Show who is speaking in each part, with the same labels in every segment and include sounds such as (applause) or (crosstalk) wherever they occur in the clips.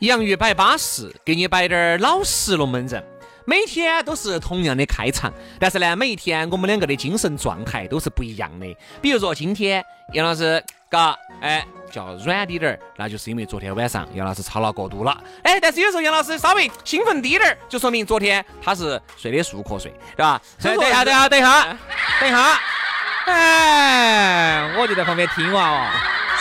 Speaker 1: 洋芋摆巴适，给你摆点儿老实龙门阵。每天都是同样的开场，但是呢，每一天我们两个的精神状态都是不一样的。比如说今天杨老师，嘎，哎，叫软滴点儿，那就是因为昨天晚上杨老师操劳过度了。哎，但是有时候杨老师稍微兴奋低点儿，就说明昨天他是睡的熟瞌睡，对吧？所以说
Speaker 2: 等一下，等一下，等一下，等一下。
Speaker 1: (laughs)
Speaker 2: 哎，我就在旁边听哇哇。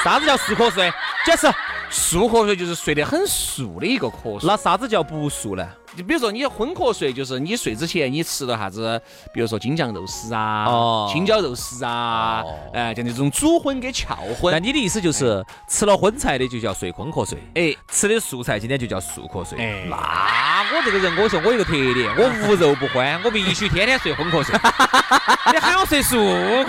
Speaker 2: 啥子叫熟瞌睡？解释。
Speaker 1: 熟瞌睡就是睡得很熟的一个瞌睡。
Speaker 2: 那啥子叫不熟呢？
Speaker 1: 就比如说你昏瞌睡，就是你睡之前你吃了啥子，比如说京酱肉丝啊、
Speaker 2: 哦
Speaker 1: 青椒肉丝啊，
Speaker 3: 哦
Speaker 1: 哎、像这种煮荤跟翘
Speaker 2: 那
Speaker 1: 荤，
Speaker 2: 你的意思就是吃了荤菜的就叫睡昏瞌睡，
Speaker 1: 哎
Speaker 2: 吃的素菜今天就叫素瞌睡。
Speaker 1: 哎，
Speaker 3: 那我这个人，我说我有个特点，我无肉不欢，我必须天天睡昏瞌睡。你喊我睡素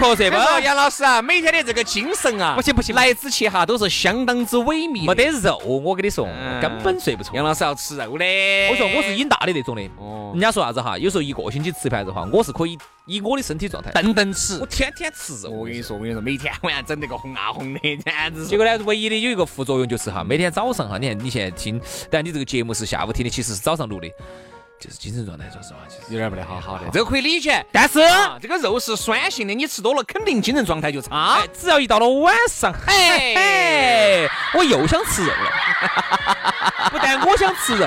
Speaker 3: 瞌睡
Speaker 1: (laughs) 那
Speaker 3: 吧
Speaker 1: 么？说杨老师啊，每天的这个精神啊，
Speaker 3: 不行不行
Speaker 1: 来之前哈都是相当之萎靡，
Speaker 3: 没得。肉，我跟你说，
Speaker 1: 嗯
Speaker 3: 根本睡不着。
Speaker 1: 杨老师要吃肉的，
Speaker 3: 我说我是瘾大的那种的。
Speaker 1: 哦
Speaker 3: 人家说啥子哈？有时候一个星期吃一盘肉哈，我是可以以我的身体状态，
Speaker 1: 顿顿吃
Speaker 3: 我。天天吃肉。
Speaker 1: 我跟你说，我跟你说，每天晚上整那个红啊红的，简直
Speaker 3: 结
Speaker 1: 是。
Speaker 3: 果呢，唯一的有一个副作用就是哈，每天早上哈，你看你现在听，但你这个节目是下午听的，其实是早上录的，就是精神状态，说实话，其实有点没得好好的。
Speaker 1: 这个可以理解，
Speaker 3: 但是，
Speaker 1: 啊，这个肉是酸性的，你吃多了肯定精神状态就差哎
Speaker 3: 哎。，只要一到了晚上，嘿嘿，我又想吃肉 (laughs) 了。不但我想吃肉，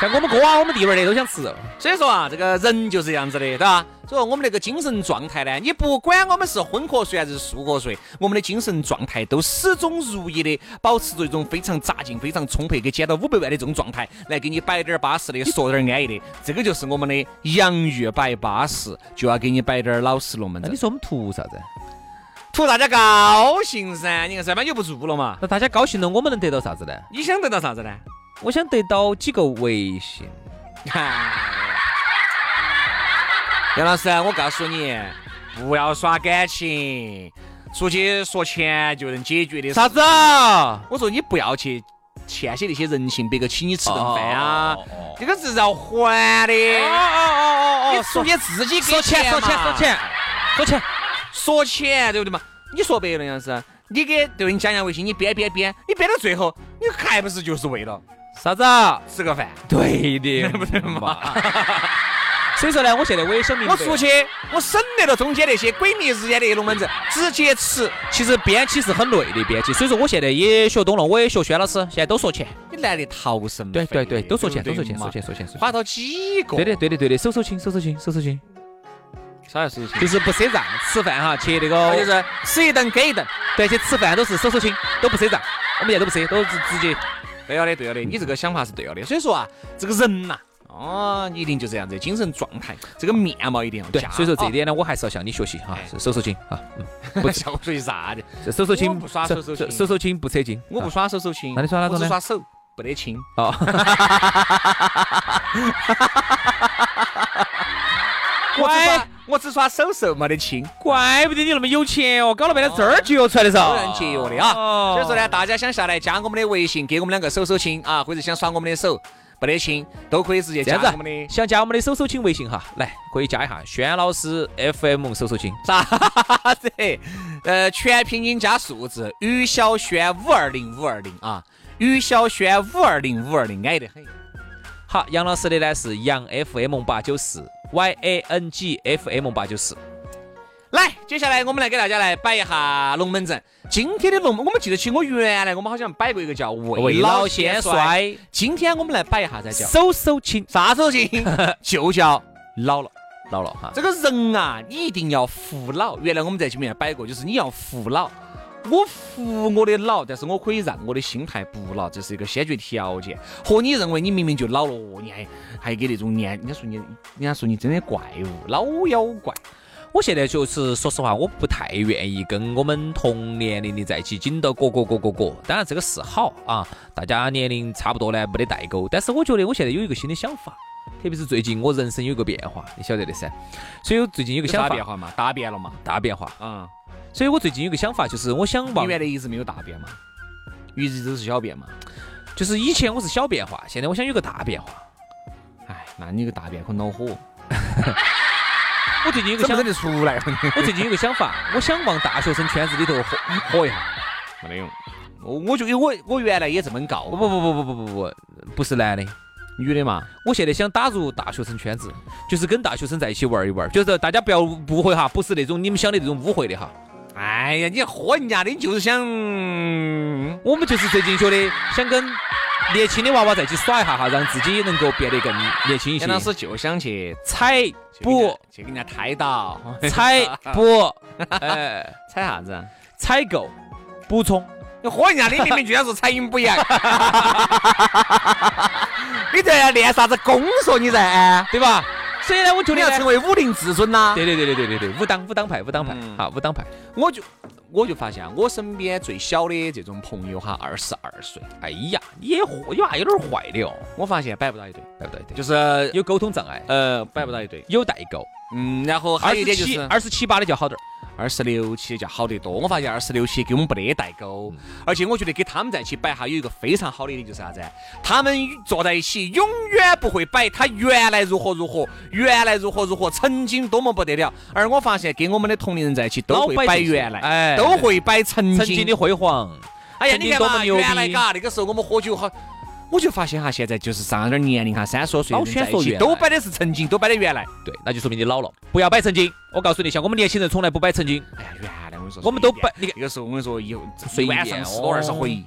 Speaker 3: 像我们哥啊、我们弟妹儿的都想吃肉。
Speaker 1: 所以说啊，这个人就是这样子的，对吧？所以说我们那个精神状态呢，你不管我们是昏瞌睡还是熟瞌睡，我们的精神状态都始终如一的保持着一种非常扎劲、非常充沛，给捡到五百万的这种状态，来给你摆点儿巴适的，说点儿
Speaker 3: (laughs)
Speaker 1: 安逸的，这个就是我们的洋芋摆巴适，就要给你摆点儿老实龙门
Speaker 3: 那哎
Speaker 1: 阵
Speaker 3: 你，说我们图啥子？
Speaker 1: 图大家高兴噻。你看上班就不做了嘛，
Speaker 3: 那大家高兴了，我们能得到啥子呢？
Speaker 1: 你想得到啥子呢？
Speaker 3: 我想得到几个微信。
Speaker 1: (laughs) 杨老师，我告诉你，不要耍感情，出去说钱就能解决的。
Speaker 3: 啥？子啊？
Speaker 1: 我说你不要去欠些那些人情，别个请你吃顿饭啊
Speaker 3: 哦哦哦哦，
Speaker 1: 这个是要还的。
Speaker 3: 哦
Speaker 1: 你出去自己给
Speaker 3: 收钱，收
Speaker 1: 嘛
Speaker 3: 钱，收，钱，收钱。
Speaker 1: 说钱，对不对嘛？你说白了，杨老师，你给对你加下微信，你编编编，你编到最后，你还不是就是为了
Speaker 3: 啥子啊？
Speaker 1: 吃个饭？
Speaker 3: 对的， (laughs) 不对嘛？所以说呢，我现在我也想明白，
Speaker 1: 我出去，我省得了中间那些鬼迷日眼的龙门阵，直接吃。
Speaker 3: 其实编辑是很累的编辑，所以说我现在也学懂了，我也学轩老师，现在都说钱。
Speaker 1: 你来的逃生
Speaker 3: 对对对，都说钱，
Speaker 1: 钱，
Speaker 3: 都说钱，
Speaker 1: 嘛
Speaker 3: 说钱，，说钱，说钱。
Speaker 1: 花到几个？
Speaker 3: 对的，对的，对的，手手亲，手手亲，手手亲，
Speaker 1: 啥叫事情？
Speaker 3: 就是不赊账，吃饭哈，去那个，
Speaker 1: 就是吃一顿给一顿。
Speaker 3: 对，去吃饭都是手手亲，都不赊账，我们现在都不赊，都直直接。
Speaker 1: 对了的，对了的，你这个想法是对了的。所以说啊，这个人呐、哦，你一定就这样子，精神状态，这个面貌一定要
Speaker 3: 对
Speaker 1: 加。，哦
Speaker 3: 所以说这一点呢，我还是要向你学习哈，手手亲啊，
Speaker 1: 不 (laughs) 笑我说啥的，
Speaker 3: 嗯手手
Speaker 1: 哎我
Speaker 3: 亲，
Speaker 1: 不耍手手亲
Speaker 3: 手手亲不扯筋，
Speaker 1: 我不
Speaker 3: 啊
Speaker 1: 耍手手亲，
Speaker 3: 那你耍哪种呢
Speaker 1: 我只耍手，不得亲。
Speaker 3: 哦，
Speaker 1: (laughs) 我只耍
Speaker 3: 乖
Speaker 1: 我只耍手手，没得亲。
Speaker 3: 怪不得你那么有钱哦，搞了半天这儿节约出来的
Speaker 1: 都
Speaker 3: 噻，
Speaker 1: 能节约的啊。
Speaker 3: 哦
Speaker 1: 所以说呢，大家想下来加我们的微信，给我们两个手手亲啊，或者想耍我们的手，不得亲，都可以直接
Speaker 3: 这
Speaker 1: 加
Speaker 3: 样子啊
Speaker 1: 我们的，。
Speaker 3: 想加我们的手手亲微信哈，来可以加一下轩老师 FM 手手亲。
Speaker 1: 啥子？呃，全拼音加数字，于小轩五二零五二零啊，于小轩五二零五二零，安逸得很。
Speaker 3: 好，杨老师的呢是杨 FM 八九四，Y A N G F M 八九四。
Speaker 1: 来，接下来我们来给大家来摆一下龙门阵。今天的龙门，我们记得起我原来我们好像摆过一个叫
Speaker 3: 未
Speaker 1: 未
Speaker 3: 老
Speaker 1: 老
Speaker 3: 先
Speaker 1: 先
Speaker 3: 衰
Speaker 1: 衰。今天我们来摆一下噻，叫
Speaker 3: 手手情
Speaker 1: 啥时候进就叫老了。
Speaker 3: 老了哈，
Speaker 1: 这个人啊，你一定要服老。原来我们在节目里面摆过，就是你要服老。我服我的老，但是我可以让我的心态不老，这是一个先决条件。和你认为你明明就老了，哦，你还还给那种年，人家说你，人家说你真的怪物，老妖怪。
Speaker 3: 我现在就是说实话，我不太愿意跟我们同年龄的在一起紧到裹裹裹裹裹。当然这个是好啊，大家年龄差不多呢，没得代沟。但是我觉得我现在有一个新的想法，特别是最近我人生有一个变化，你晓得的噻。所以我最近有
Speaker 1: 有
Speaker 3: 个想
Speaker 1: 啥
Speaker 3: 法，
Speaker 1: 变化嘛？大变了嘛？
Speaker 3: 大变化。
Speaker 1: 啊、
Speaker 3: 所以我最近有个想法，就是我想
Speaker 1: 你
Speaker 3: 往，
Speaker 1: 原来一直没有大变嘛，一直都是小变嘛。
Speaker 3: 就是以前我是小变化，现在我想有个大变化。
Speaker 1: 哎，那你个大变很恼火，
Speaker 3: (laughs) 我最近有个
Speaker 1: 怎么
Speaker 3: 想
Speaker 1: 认，得出来？
Speaker 3: (laughs) 我最近有个想法，我想往大学生圈子里头火火一下。
Speaker 1: 没得用。我我就我我原来也这么告
Speaker 3: 不，不不不不不不不，不是男的。
Speaker 1: 女的嘛，
Speaker 3: 我现在想打入大学生圈子，就是跟大学生在一起玩一玩，就是大家不要误会哈，不是那种你们想的那种误会的哈。
Speaker 1: 哎呀，你喝人家的，你就是想，
Speaker 3: 我们就是最近觉得想跟年轻的娃娃在一起耍一下哈，让自己能够变得更年轻一些
Speaker 1: 杨。老师就想去
Speaker 3: 踩
Speaker 1: 不
Speaker 3: (laughs) 不
Speaker 1: 去给人家抬到， (laughs)
Speaker 3: 踩 (laughs) 不，哎，
Speaker 1: 踩啥子？
Speaker 3: 采购补充，
Speaker 1: 你喝人家的，明明就要说彩云不一样， (laughs) 你这要练啥子功说你在？
Speaker 3: 对吧？所以呢，我觉
Speaker 1: 就
Speaker 3: 得
Speaker 1: 你要成
Speaker 3: 呢，
Speaker 1: 为武林至尊呐！
Speaker 3: 对对对对对对对，武当武当派武当派
Speaker 1: 嗯
Speaker 3: 啊，武当派。
Speaker 1: 我就我就发现啊我身边最小的这种朋友哈，二十二岁，
Speaker 3: 哎呀，你也火，你娃有点坏的哦，
Speaker 1: 我发现摆不到一堆，
Speaker 3: 对不对？就
Speaker 1: 就是是
Speaker 3: 有沟通障碍，
Speaker 1: 呃摆不到一堆。
Speaker 3: 有代沟。
Speaker 1: 嗯，然后还
Speaker 3: 二
Speaker 1: 有一
Speaker 3: 十
Speaker 1: 点就
Speaker 3: 七
Speaker 1: 是
Speaker 3: 二十七八的就好点儿。
Speaker 1: 二十六期就好得多。我发现二十六期跟我们没得代沟，
Speaker 3: 嗯
Speaker 1: 而且我觉得跟他们在一起摆哈有一个非常好的一点就是啥子？他们坐在一起永远不会摆他原来如何如何，原来如何如何，曾经多么不得了。而我发现跟我们的同龄人在一起都会
Speaker 3: 老摆
Speaker 1: 摆
Speaker 3: 这些
Speaker 1: 原来，
Speaker 3: 哎
Speaker 1: 都会摆曾
Speaker 3: 曾
Speaker 1: 经
Speaker 3: 经的。辉煌，
Speaker 1: 哎呀，
Speaker 3: 曾
Speaker 1: 你
Speaker 3: 经
Speaker 1: 看
Speaker 3: 多么
Speaker 1: 嘛，
Speaker 3: 牛逼
Speaker 1: 原来嘎，那个时候我们喝酒好。我就发现哈，现在就是上了点年龄哈，三十多岁的
Speaker 3: 老
Speaker 1: 人
Speaker 3: 选
Speaker 1: 在一
Speaker 3: 说
Speaker 1: 起
Speaker 3: 原来
Speaker 1: 都摆的是曾经，都摆的原来。
Speaker 3: 对，那就说明你老了。不要摆曾经，我告诉你，像我们年轻人从来不摆曾经。
Speaker 1: 哎呀，原来我跟你说，
Speaker 3: 我们都摆
Speaker 1: 那个时候我跟你说，以后
Speaker 3: 随便
Speaker 1: 晚上十多二十回，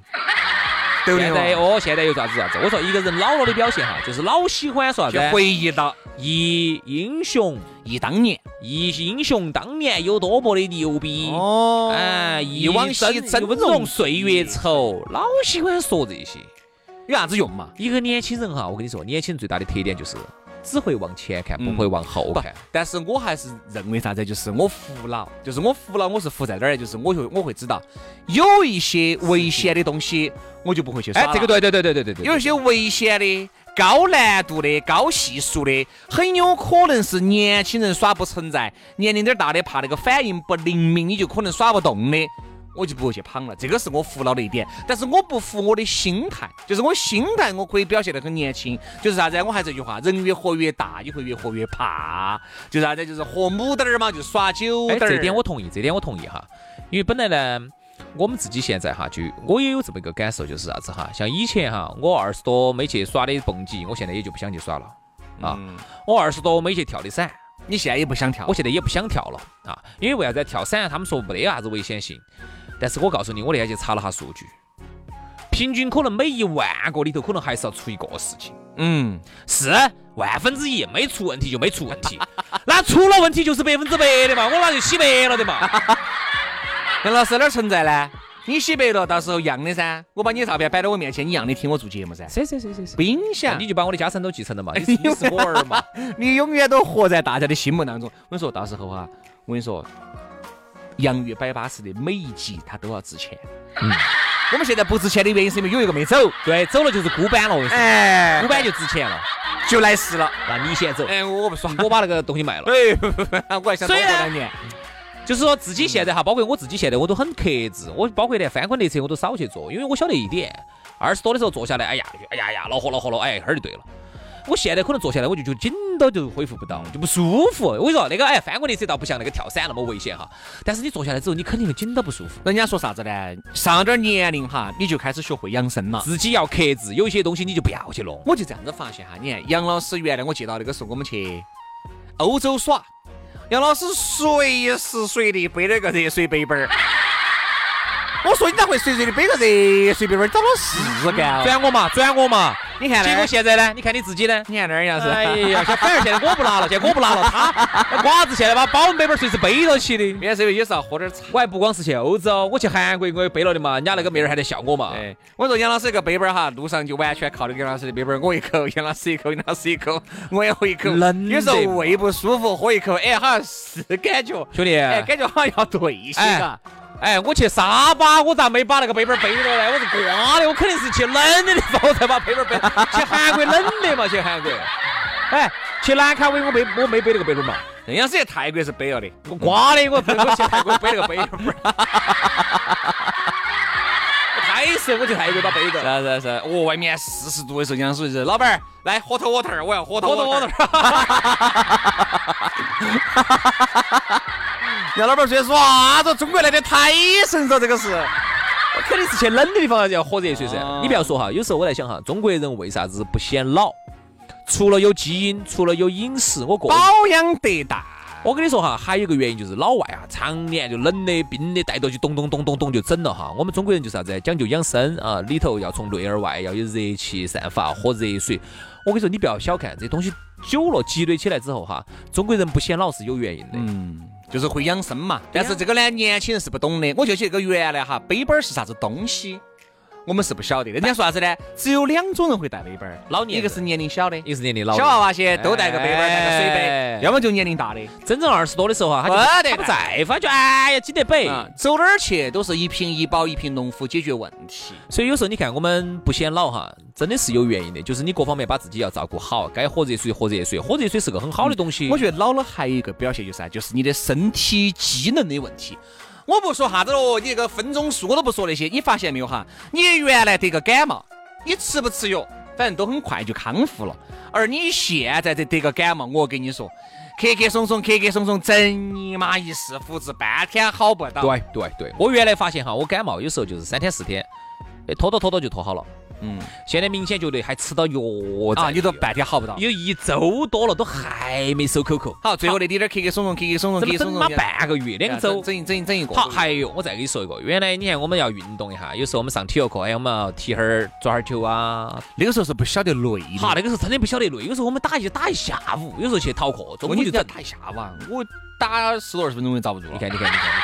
Speaker 1: 对不
Speaker 3: 现在
Speaker 1: 对嘛？
Speaker 3: 哦，现在有啥子啥子？我说一个人老了的表现哈，就是老喜欢说啥
Speaker 1: 就
Speaker 3: 子？
Speaker 1: 回忆到
Speaker 3: 忆英雄，
Speaker 1: 忆当年，
Speaker 3: 忆英雄当年有多么的牛逼。
Speaker 1: 哦
Speaker 3: 哎，
Speaker 1: 忆
Speaker 3: 忆
Speaker 1: 往
Speaker 3: 往
Speaker 1: 昔
Speaker 3: 昔
Speaker 1: 峥
Speaker 3: 峥
Speaker 1: 嵘
Speaker 3: 嵘岁月稠，老喜欢说这些。
Speaker 1: 有啥子用嘛？
Speaker 3: 一个年轻人哈，我跟你说，年轻人最大的特点就是只会往前看，不
Speaker 1: 嗯
Speaker 3: 会往后
Speaker 1: 不
Speaker 3: 看。，
Speaker 1: 但是我还是认为啥子，就是我服老，就是我服老，我是服在哪儿呢？就是我就我会知道有一些危险的东西，我就不会去耍
Speaker 3: 哎
Speaker 1: 了。，
Speaker 3: 这个对对对对对对对，哎
Speaker 1: 有一些危险的、高难度的、高系数的，很有可能是年轻人耍不存在，年龄点儿大的怕那个反应不灵敏，你就可能耍不动的。我就不会去捧了，这个是我服老的一点，但是我不服我的心态，就是我心态我可以表现得很年轻，就是啥子？啊我还是这句话，人越活越大，你会越活越怕，就是啥子？就是活母点儿嘛，就耍酒
Speaker 3: 哎，
Speaker 1: 点儿。
Speaker 3: 这点我同意，这点我同意哈。因为本来呢，我们自己现在哈，就我也有这么一个感受，就是啥子哈，像以前哈，我二十多没去耍的蹦极，我现在也就不想去耍了啊。
Speaker 1: 嗯
Speaker 3: 我二十多没去跳的伞，
Speaker 1: 你现在也不想跳，
Speaker 3: 我现在也不想跳了啊。因为为啥子跳伞？他们说没得啥子危险性，但是我告诉你，我那天去查了下数据，平均可能每一万个里头，可能还是要出一个事情。
Speaker 1: 嗯，
Speaker 3: 是万分之一，没出问题就没出问题，那出了问题就是百分之百的嘛，我那就洗白了的嘛。
Speaker 1: 杨老师哪儿存在呢？你洗白了，到时候一样的噻。我把你的照片摆到我面前，你一样的听我做节目噻，
Speaker 3: 是是是是是
Speaker 1: 不影响
Speaker 3: 你。就把我的家产都继承了嘛，你是你是我儿嘛，
Speaker 1: (laughs) 你永远都活在大家的心目当中。我跟你说，到时候哈、我跟你说，《洋芋摆巴士》的每一集它都要值钱。我们现在不值钱的原因是因为有一个没走，
Speaker 3: 嗯对，走了就是孤板了，我跟你说，
Speaker 1: 哎
Speaker 3: 孤板就值钱了。
Speaker 1: 就来事了。
Speaker 3: 那你先走，
Speaker 1: 哎，我不耍，
Speaker 3: 我把那个东西卖了。
Speaker 1: 哎，我还想多活
Speaker 3: 所以呢
Speaker 1: 两年。
Speaker 3: 就是说自己现在哈，包括我自己现在我都很克制，我包括连翻滚列车我都少去坐，因为我晓得一点，二十多的时候坐下来，哎呀，哎呀呀，恼火恼火了，哎，一会儿就对了。我现在可能坐下来，我就就紧到就恢复不到，就不舒服。我跟你说，那个哎，翻滚列车倒不像那个跳伞那么危险哈，但是你坐下来之后，你肯定会紧到不舒服。
Speaker 1: 人家说啥子呢？上了点年龄哈，你就开始学会养生了。
Speaker 3: 自己要克制，有一些东西你就不要去弄。
Speaker 1: 我就这样子发现哈，你看杨老师原来我记到那个时候我们去欧洲耍，杨老师随时随地背了个热水背
Speaker 3: (laughs)
Speaker 1: 包儿。我说你咋会随随地背个热水背包儿找到事
Speaker 3: (laughs)
Speaker 1: 干哦？
Speaker 3: 转我嘛，转我嘛。
Speaker 1: 你看那儿
Speaker 3: 结果现在呢？你看你自己呢？
Speaker 1: 你看那儿杨
Speaker 3: 哎
Speaker 1: 老师，
Speaker 3: 呀， (laughs) 现反而现在我不拿了，现在我不拿了，他瓜子现在把保温杯杯随时背到起的。
Speaker 1: 免水有时候喝点儿茶。
Speaker 3: 我还不光是去欧洲，我去韩国我也背了的嘛，人家那个妹儿还在笑我嘛。
Speaker 1: 哎，我说杨老师这个背包儿哈，路上就完全靠那个杨老师的背包儿，我一口，杨老师一口， (laughs) 杨老师一口，我也喝一口。
Speaker 3: 冷
Speaker 1: 有时候
Speaker 3: 得嘛
Speaker 1: 胃不舒服，喝一口，哎，好像是感觉，
Speaker 3: 兄弟，
Speaker 1: 哎，感觉好像要对些
Speaker 3: 哎
Speaker 1: 嘎。
Speaker 3: 哎，我去沙巴，我咋没把那个背包背着呢？我是瓜的，我肯定是去冷的地方我才把背包背。去韩国冷的嘛，去韩国。 (laughs) 哎，去兰卡威我背我没背那个背包嘛，
Speaker 1: 杨老师在泰国是背了的，
Speaker 3: 我瓜的我背我去韩国背那个背包。 (laughs) 开始我去泰国把背着，
Speaker 1: 是是是，哦，外面四十度的时候，杨叔就是老板儿，来喝头我头儿，我要喝头
Speaker 3: 我懂
Speaker 1: 我
Speaker 3: 我
Speaker 1: 头
Speaker 3: 懂
Speaker 1: 儿。。 (laughs) 杨老板儿说啥子？中国来的太神了，这个是。
Speaker 3: 肯定是去冷的地方要喝热水噻
Speaker 1: 啊。
Speaker 3: 你不要说哈，有时候我在想哈，中国人为啥子不显老？除了有基因，除了有饮食，我个人
Speaker 1: 保养得当，
Speaker 3: 我跟你说哈，还有一个原因就是老外啊，常年就冷的、冰的带到就咚咚咚咚咚就整了哈。我们中国人就是啥子，讲究养生啊，里头要从内而外要有热气散发，喝热水。我跟你说，你不要小看这东西，久了积累起来之后哈，中国人不显老是有原因的。
Speaker 1: 嗯，就是会养生嘛。但是这个呢，年轻人是不懂的。我就记得这个原来哈，背包儿是啥子东西，我们是不晓得的。人家说啥子呢？只有两种人会带背包儿，
Speaker 3: 老年人
Speaker 1: 一个是年龄小的。
Speaker 3: 也是年哎龄老
Speaker 1: 小
Speaker 3: 了，
Speaker 1: 娃娃些都带个背包儿，带个水
Speaker 3: 哎
Speaker 1: 杯，要么就年龄大的，
Speaker 3: 真正二十多的时候哈，他就
Speaker 1: 没得
Speaker 3: 他不
Speaker 1: 干
Speaker 3: 在，发觉哎呀，挤得背。
Speaker 1: 啊，走哪儿去都是一瓶一包一瓶农夫解决问题。
Speaker 3: 所以有时候你看，我们不显老哈，真的是有原因的，就是你各方面把自己要照顾好，该喝热水喝热水，喝热水是个很好的东西。
Speaker 1: 嗯我觉得老了还有一个表现就是啥，就是你的身体机能的问题。我不说啥子喽，你这个分钟数我都不说那些，你发现没有哈？你原来得个感冒，你吃不吃药，反正都很快就康复了。而你现在这得个感冒，我跟你说，咳咳松松，咳咳松松，整你妈一世胡子，半天好不到。
Speaker 3: 对对对，我原来发现哈，我感冒有时候就是三天四天，哎，拖拖拖拖就拖好了。
Speaker 1: 嗯，
Speaker 3: 现呃在明显觉得还吃到药
Speaker 1: 啊，
Speaker 3: 在
Speaker 1: 你都
Speaker 3: 用
Speaker 1: 半天好不到。
Speaker 3: 有一周多了，都还没收口口。
Speaker 1: 好，最后那滴点儿咳咳松松，咳咳松松，
Speaker 3: 怎
Speaker 1: 咳
Speaker 3: 么
Speaker 1: 咳松
Speaker 3: 整
Speaker 1: 松，
Speaker 3: 嘛
Speaker 1: 咳咳
Speaker 3: 半个月两周？
Speaker 1: 整一整一整一个。
Speaker 3: 好，还有我再给你说一个，原来你看我们要运动一下，有时候我们上体育课，哎，我们要踢哈儿抓哈儿球啊。
Speaker 1: 那个时候是不晓得累的。
Speaker 3: 哈，那个时候真的不晓得累，有时候我们打一打一下午，有时候去逃课，中午
Speaker 1: 我你
Speaker 3: 就
Speaker 1: 就要
Speaker 3: 整。
Speaker 1: 打一下吧，我打十多二十分钟也遭不住了。
Speaker 3: 你看，你看，你看，你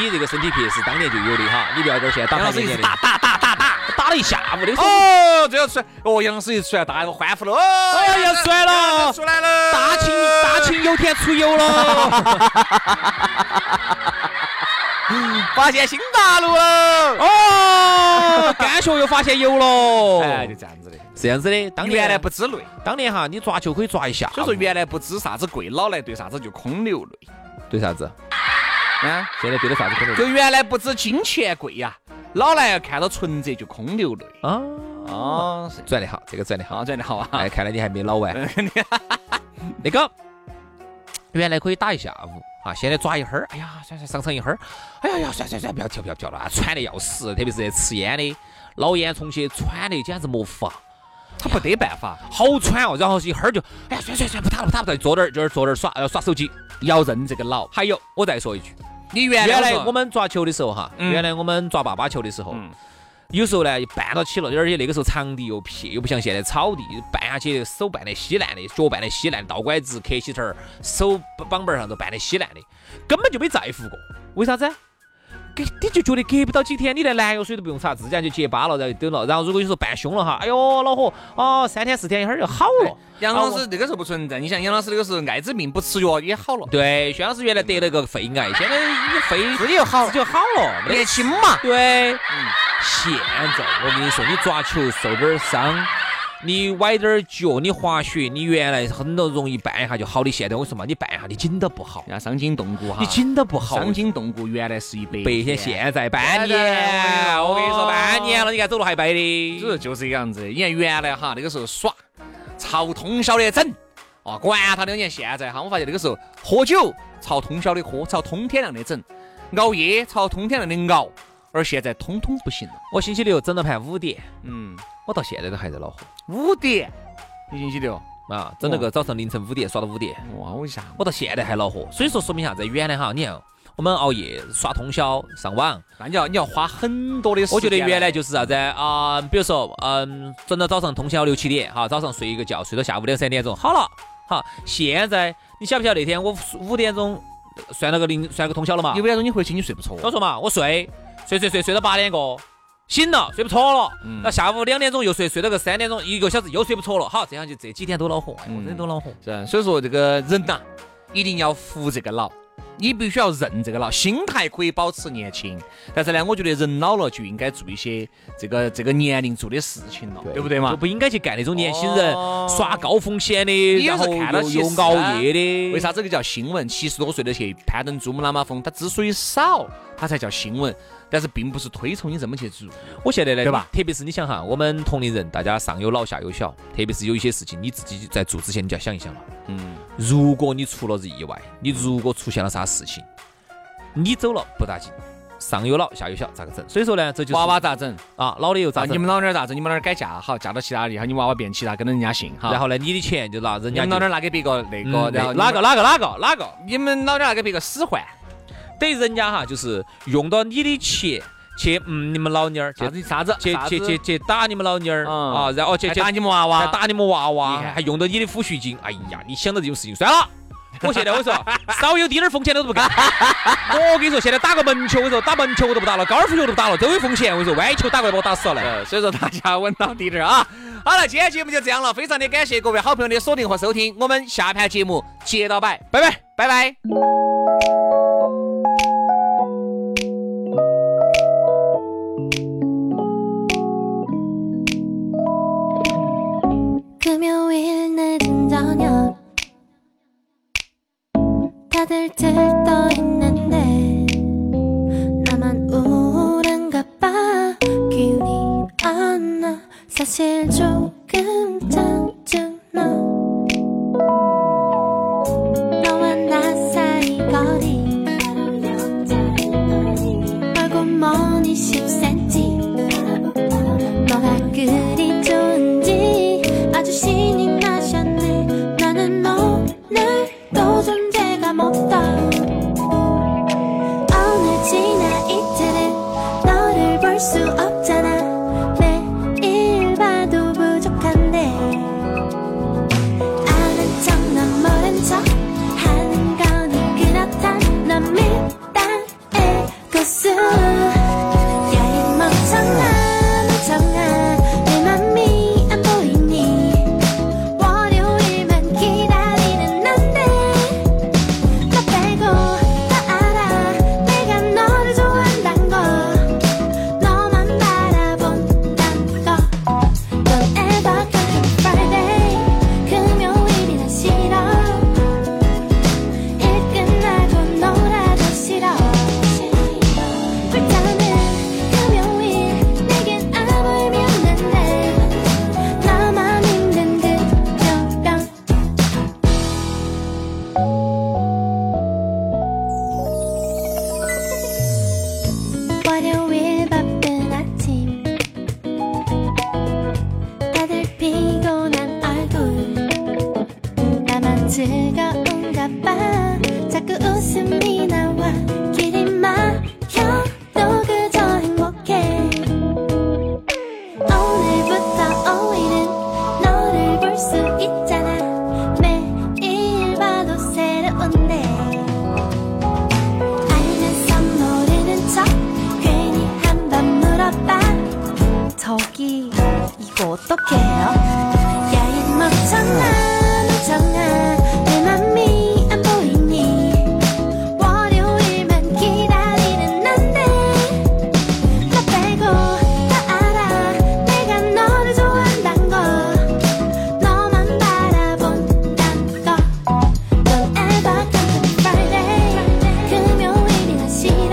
Speaker 3: 看，你这个身体皮是当年就有的哈，你不要这儿现在打
Speaker 1: 杨
Speaker 3: 牌
Speaker 1: 老师
Speaker 3: 年
Speaker 1: 一
Speaker 3: 年
Speaker 1: 直
Speaker 3: 的，
Speaker 1: 打打打打打，
Speaker 3: 打了一下午，那个时候
Speaker 1: 哦，最后出来，哦，杨老师一出来，大家都欢呼了，哦，
Speaker 3: 哎呀要出来了
Speaker 1: 要出来了，
Speaker 3: 大庆大庆有天出游了，
Speaker 1: 发现新大陆了，
Speaker 3: 哦，甘蔗又发现有了，
Speaker 1: 哎，就这样子的，
Speaker 3: 是这样子的。当年
Speaker 1: 原来不，知累，
Speaker 3: 当年哈，你抓球可以抓一下午，
Speaker 1: 所以说原来不知啥子贵，老来对啥子就空流泪，
Speaker 3: 对啥子？
Speaker 1: 啊，
Speaker 3: 现在对的啥子可能？
Speaker 1: 就原来不知金钱贵呀，老来看到存折就空流泪，
Speaker 3: 啊，
Speaker 1: 哦，是，
Speaker 3: 转的好，这个转的好。
Speaker 1: 好，转的好啊，
Speaker 3: 哎，看来你还没老
Speaker 1: (laughs)
Speaker 3: 完。 (laughs) 那个，原来可以打一下午啊，现在抓一会儿，哎呀，算算上场一会儿，哎呀呀，算算算，不要跳不要跳了，啊，喘得要死，特别是在吃烟的老烟囱些，喘得简直没法，
Speaker 1: 他不得办法，
Speaker 3: 好喘哦。然后一会儿就，哎呀，算算算，不打了不打了，再坐点儿，就是坐点儿耍，要耍手机。
Speaker 1: 要认这个老，
Speaker 3: 还有，我再说一句，
Speaker 1: 你原
Speaker 3: 原来
Speaker 1: 我
Speaker 3: 我们抓球的时候哈，
Speaker 1: 嗯
Speaker 3: 原来我们抓爸爸球的时候。
Speaker 1: 嗯
Speaker 3: 有时候呢，绊到起了，而且那个时候场地又撇，又不像现在草地，绊下去手绊得稀烂的，脚绊得稀烂，倒拐子、磕膝头儿、手绑板儿上都绊得稀烂的，根本就没在乎过。为啥子？给你就觉得隔不到几天，你连蓝药水都不用擦，自然就结疤了，然后等了。然后如果你说绊凶了哈，哎呦老火，哦，三天四天一会儿就好了。
Speaker 1: 哎
Speaker 3: 啊
Speaker 1: 杨老师那个时候不存在，你想杨老师那个时候艾滋病不吃药也好了，
Speaker 3: 对，薛老师原来得了个肺癌，现在你肺
Speaker 1: 自己又好了
Speaker 3: 就好了，没得
Speaker 1: 年轻嘛，
Speaker 3: 对，现在我跟你说，你抓球受点儿伤，你崴点儿脚，你滑雪，你原来很多容易绊一下就好的，现在我跟你说嘛，你绊一下你筋都不好，
Speaker 1: 人家伤筋动骨哈，
Speaker 3: 你筋都不好。
Speaker 1: 伤筋动骨原来是一百
Speaker 3: 背天现在半
Speaker 1: 现
Speaker 3: 年，
Speaker 1: 在
Speaker 3: 我跟你说
Speaker 1: 哦
Speaker 3: 半年了，你看走路还背
Speaker 1: 就是
Speaker 3: 的。
Speaker 1: 就是这个样子。你看原来哈那个时候耍，吵通宵的整，啊，管他的。你看现在哈，我发现那个时候喝酒吵通宵的喝，吵通天亮的整，熬夜吵通天亮的熬，而现在通通不行了。
Speaker 3: 我星期六整到盘五点，
Speaker 1: 嗯，
Speaker 3: 我到现在都还在恼火。
Speaker 1: 五点，你星期六
Speaker 3: 啊，整那个早上凌晨五点耍到五点，
Speaker 1: 哇，我一下，
Speaker 3: 我到现在还恼火。所以说，说明啥子？原来哈，你看我们熬夜耍通宵上网，
Speaker 1: 那你要你要花很多的时间。
Speaker 3: 我觉得原来就是啥子啊、比如说嗯，整到早上通宵六七点，哈，早上睡一个觉，睡到下午两三点钟，好了，哈。现在你晓不晓得那天我五点钟算了个零，算个通宵了嘛
Speaker 1: 有？点钟你回去你睡不着。
Speaker 3: 我说嘛，我睡睡睡睡睡到八点过，醒了睡不着了，
Speaker 1: 嗯
Speaker 3: 那、下午两点钟又睡，睡到个三点钟，一个小时又睡不着了。好，这样就这几天都恼火，哎，我真的都恼火。
Speaker 1: 是啊，所以说这个人呐、一定要服这个老，你必须要认这个老，心态可以保持年轻，但是呢，我觉得人老了就应该做一些这个这个年龄做的事情了，对不对
Speaker 3: 就
Speaker 1: 嘛？
Speaker 3: 不应该去干那种年轻人
Speaker 1: 哦
Speaker 3: 耍高风险的，
Speaker 1: 也
Speaker 3: 然
Speaker 1: 是
Speaker 3: 后
Speaker 1: 看到
Speaker 3: 又
Speaker 1: 起
Speaker 3: 又熬夜的。
Speaker 1: 为啥这个叫新闻？七十多岁的去攀登珠穆朗玛峰，它之所以少，它才叫新闻，但是并不是推崇你这么去做。
Speaker 3: 我现在呢，
Speaker 1: 对吧？
Speaker 3: 特别是你想哈，我们同龄人，大家上有老下有小，特别是有一些事情，你自己在做之前，你就要想一想了。
Speaker 1: 嗯，
Speaker 3: 如果你出了意外，你如果出现了啥事情，你走了不打紧，上有老下有小，咋个整？所以说呢，这就是
Speaker 1: 娃娃咋整？
Speaker 3: 啊，老的又咋
Speaker 1: 啊，
Speaker 3: 整？
Speaker 1: 你们老点儿咋整？你们老点儿改嫁好，嫁到其他地方，你娃娃变其他，跟着人家姓哈。
Speaker 3: 然后呢，你的钱就拿人
Speaker 1: 你
Speaker 3: 家
Speaker 1: 们
Speaker 3: 就
Speaker 1: 老点儿拿给别个那个，
Speaker 3: 嗯
Speaker 1: 然后
Speaker 3: 哪个哪个哪个哪个，
Speaker 1: 你们老点儿拿给别个使唤，
Speaker 3: 等于人家哈，就是用到你的钱去，嗯，你们老娘儿去
Speaker 1: 啥子啊啥子
Speaker 3: 去
Speaker 1: 啥
Speaker 3: 去
Speaker 1: 子
Speaker 3: 去去打你们老娘儿
Speaker 1: 嗯
Speaker 3: 啊，然后去
Speaker 1: 还
Speaker 3: 去
Speaker 1: 打你们娃
Speaker 3: 还
Speaker 1: 娃，
Speaker 3: 打你们娃娃，
Speaker 1: 你看
Speaker 3: 还用到你的抚恤金。哎呀，你想到这种事情，算了。我现在我跟你说，稍有滴点儿风险都不干。 (laughs) 我跟你说，现在打个门球，我跟你说打门球我都不打了，高尔夫球都不打了，都有风险。我跟你说，弯球打过来把我打死了嘞。
Speaker 1: 呃，所以说大家稳当滴点儿啊。 (laughs) 好了，今天节目就这样了，非常的感谢各位好朋友的锁定和收听，我们下盘节目接到摆，拜拜，拜拜。
Speaker 4: 금요일 늦은 저녁 다들 들떠 있는데 나만 우울한가 봐 기운이 안 나 사실 조금 짜증 나 너와 나 사이 거리 멀고 머니 10cm 너가 그리 좋은지 아주 신이 나셨네 나는 오늘도 존재가 없다 오늘 지나 이틀은 너를 볼 수 없잖아 매일 봐도 부족한데 아는 척난 모른 척 하는 거니 그렇다 넌 밀당의 고수 야이 멍청한 멍청한 내 맘이 안 보이니 월요일만 기다리는 난데 나 빼고 다 알아 내가 너를 좋아한단 거 너만 바라본단 거 Don't ever come to Friday 금요일이나 싫어 일 끝나고 놀아도 싫어 불타는 금요일 내겐 아무 의미 없는데 나만 힘든 금요병 월요일 바쁜 아침 다들 피곤한 얼굴 나만 즐거운가 봐 자꾸 웃음이 나와 길이 막혀도 그저 행복해 오늘부터 오일은 너를 볼 수 있잖아 매일 봐도 새로운데 알면서 모르는 척 괜히 한 번 물어봐 저기 이거 어떡해요? 야이 멍청아 멍청아 내 맘이 안 보이니 월요일만 기다리는 난데 나 빼고 다 알아 내가 너를 좋아한단 거 너만 바라본단 거 Don't ever come to Friday 금요일이나 싫어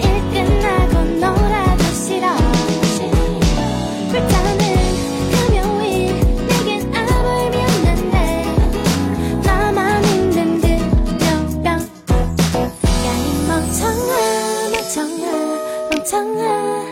Speaker 4: 일 끝나고 놀아도 싫어 불타는 금요일 내겐 아무 의미 없는데 나만 힘든 금요병 야이 멍청아 멍청아 멍청아